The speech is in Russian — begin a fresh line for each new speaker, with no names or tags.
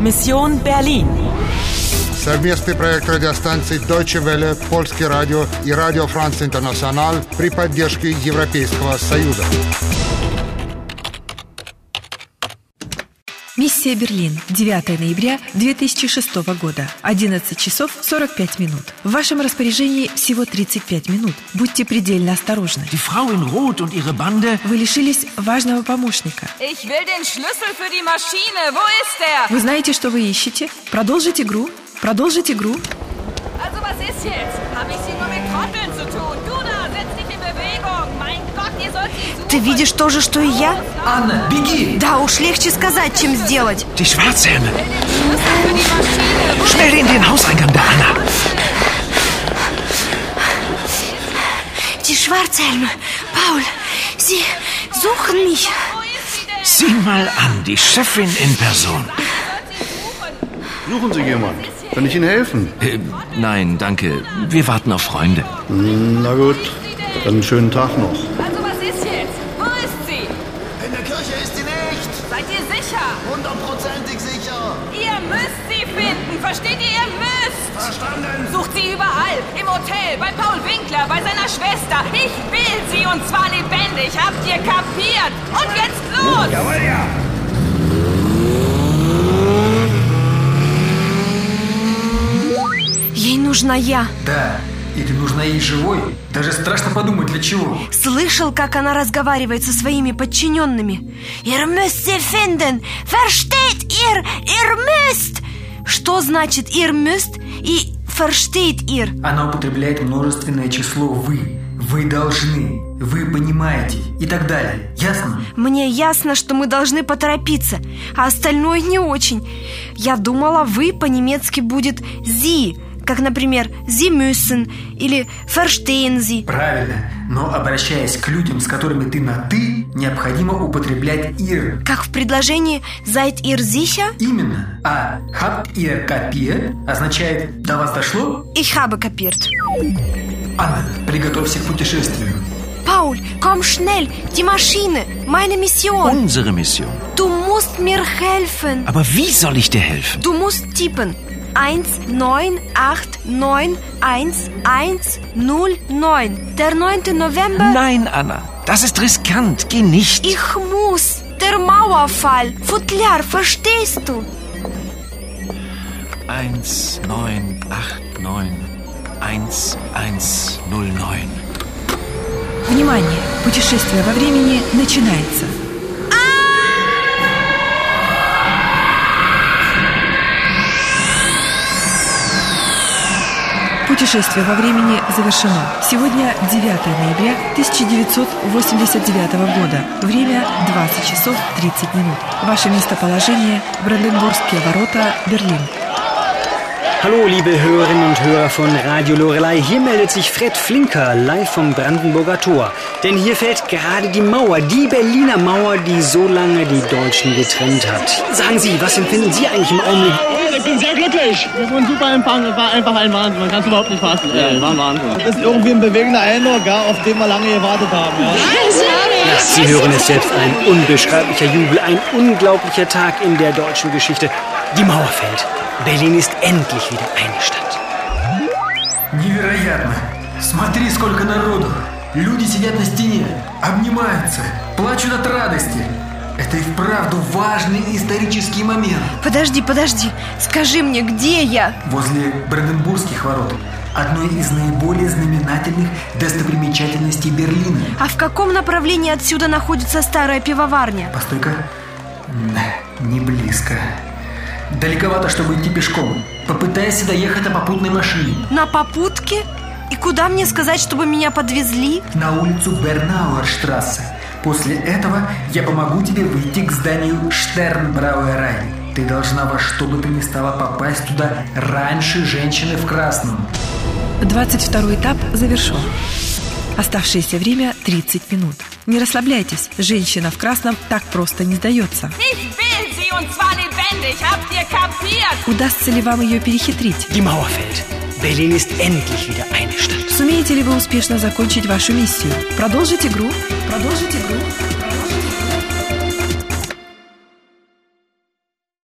Mission Berlin.
Совместный проект радиостанций Deutsche Welle, Польский радио и Радио Франц Интернационал при поддержке Европейского Союза.
Миссия Берлин. 9 ноября 2006 года. 11 часов 45 минут. В вашем распоряжении всего 35 минут. Будьте предельно осторожны.
Die Frau in Rot und ihre Bande.
Вы лишились важного помощника.
Ich will den Schlüssel für die Maschine. Wo ist der?
Вы знаете, что вы ищете. Продолжить игру. Продолжить игру.
Also was ist jetzt? Hab ich hier nur mit Trotteln zu tun? Du da, setz dich in Bewegung. Mein Gott, ihr sollt sie suchen.
Ты видишь то же, что и я?
Anne, Biggie.
Да уж, легче сказать, чем сделать.
Die Schwarzhelme.
Schlüssel für die Maschine. Wo
Schnell in den Hauseingang der Anna.
Die Schwarzhelme, Paul, sie suchen mich.
wo ist sie denn?
Sieh mal an, die Chefin in Person.
Suchen Sie jemanden. Kann ich Ihnen helfen?
Äh, nein, danke. Wir warten auf Freunde.
Hm, Na gut, dann einen schönen Tag noch.
Also was ist jetzt? Wo ist sie?
In der Kirche ist sie nicht!
Seid ihr sicher?
Hundertprozentig sicher!
Ihr müsst sie finden. Versteht ihr? Ihr müsst.
Verstanden!
Sucht sie überall. Im Hotel, bei Paul Winkler, bei seiner Schwester. Ich will sie und zwar lebendig. Habt ihr kapiert? Und jetzt los!
Jawohl, ja!
Ей нужна я.
Да, и ты нужна ей живой. Даже страшно подумать, для чего.
Слышал, как она разговаривает со своими подчиненными. Ihr müsst sie finden. Versteht ihr? Ihr müsst. Что значит ihr müsst и versteht ihr?
Она употребляет множественное число «вы». Вы должны, вы понимаете и так далее. Ясно?
Мне ясно, что мы должны поторопиться, а остальное не очень. Я думала, вы по-немецки будет «зи», как, например, «sie müssen» или «verstehen Sie».
Правильно. Но обращаясь к людям, с которыми ты на «ты», необходимо употреблять «ир».
Как в предложении «seid ihr sicher?»
Именно. А «habt ihr kapiert» означает «до вас дошло?»
Ich habe kapiert.
Анна, приготовься к путешествию.
Paul, komm schnell, die Maschine, meine Mission.
Unsere Mission.
Du musst mir helfen.
Aber wie soll ich dir helfen?
Du musst tippen. 1, 9, 8, 9, 1, 1, 0, 9. Der 9. November.
Nein, Anna. Das ist riskant. Geh nicht.
Ich muss. Der Mauerfall. Futlar, verstehst du?
Eins neun acht neun eins eins null neun.
Внимание! Путешествие во времени начинается. Путешествие во времени завершено. Сегодня 9 ноября 1989 года. Время 20 часов 30 минут. Ваше местоположение – Бранденбургские ворота, Берлин.
Hallo, liebe Hörerinnen und Hörer von Radio Lorelei. Hier meldet sich Fred Flinker live vom Brandenburger Tor. Denn hier fällt gerade die Mauer, die Berliner Mauer, die so lange die Deutschen getrennt hat. Sagen Sie, was empfinden Sie eigentlich im Augenblick?
Ich bin sehr glücklich. Wir wurden super empfangen. Es war einfach ein Wahnsinn. Man kann es überhaupt nicht fassen. Ja, war ein Wahnsinn. Das ist irgendwie ein bewegender Eindruck, ja, auf den wir lange gewartet haben. Ja.
Ja, Sie hören es selbst, ein unbeschreiblicher Jubel, ein unglaublicher Tag in der deutschen Geschichte. Die Mauer fällt. Berlin ist endlich wieder eine Stadt.
Невероятно! Смотри, сколько народу! Люди сидят на стене, обнимаются, плачут от радости. Это и вправду важный исторический момент.
Подожди, подожди. Скажи мне, где я?
Возле Бранденбургских ворот, одной из наиболее знаменательных достопримечательностей Берлина.
А в каком направлении отсюда находится старая пивоварня?
Постой-ка. М, Не близко. Далековато, чтобы идти пешком. Попытайся доехать на попутной машине.
На попутке? И куда мне сказать, чтобы меня подвезли?
На улицу Бернауэрштрассе. После этого я помогу тебе выйти к зданию Штернбрауэрай. Ты должна во что бы ты ни стала попасть туда раньше женщины в красном.
22 этап завершен. Оставшееся время 30 минут. Не расслабляйтесь, женщина в красном так просто не сдается.
Ich will sie und zwar lebendig. Habt ihr kapiert?
Удастся ли вам ее перехитрить?
Die Mauer fällt. Berlin ist endlich wieder eine Stadt.
Сумеете ли вы успешно закончить вашу миссию? Продолжить игру? Продолжить игру?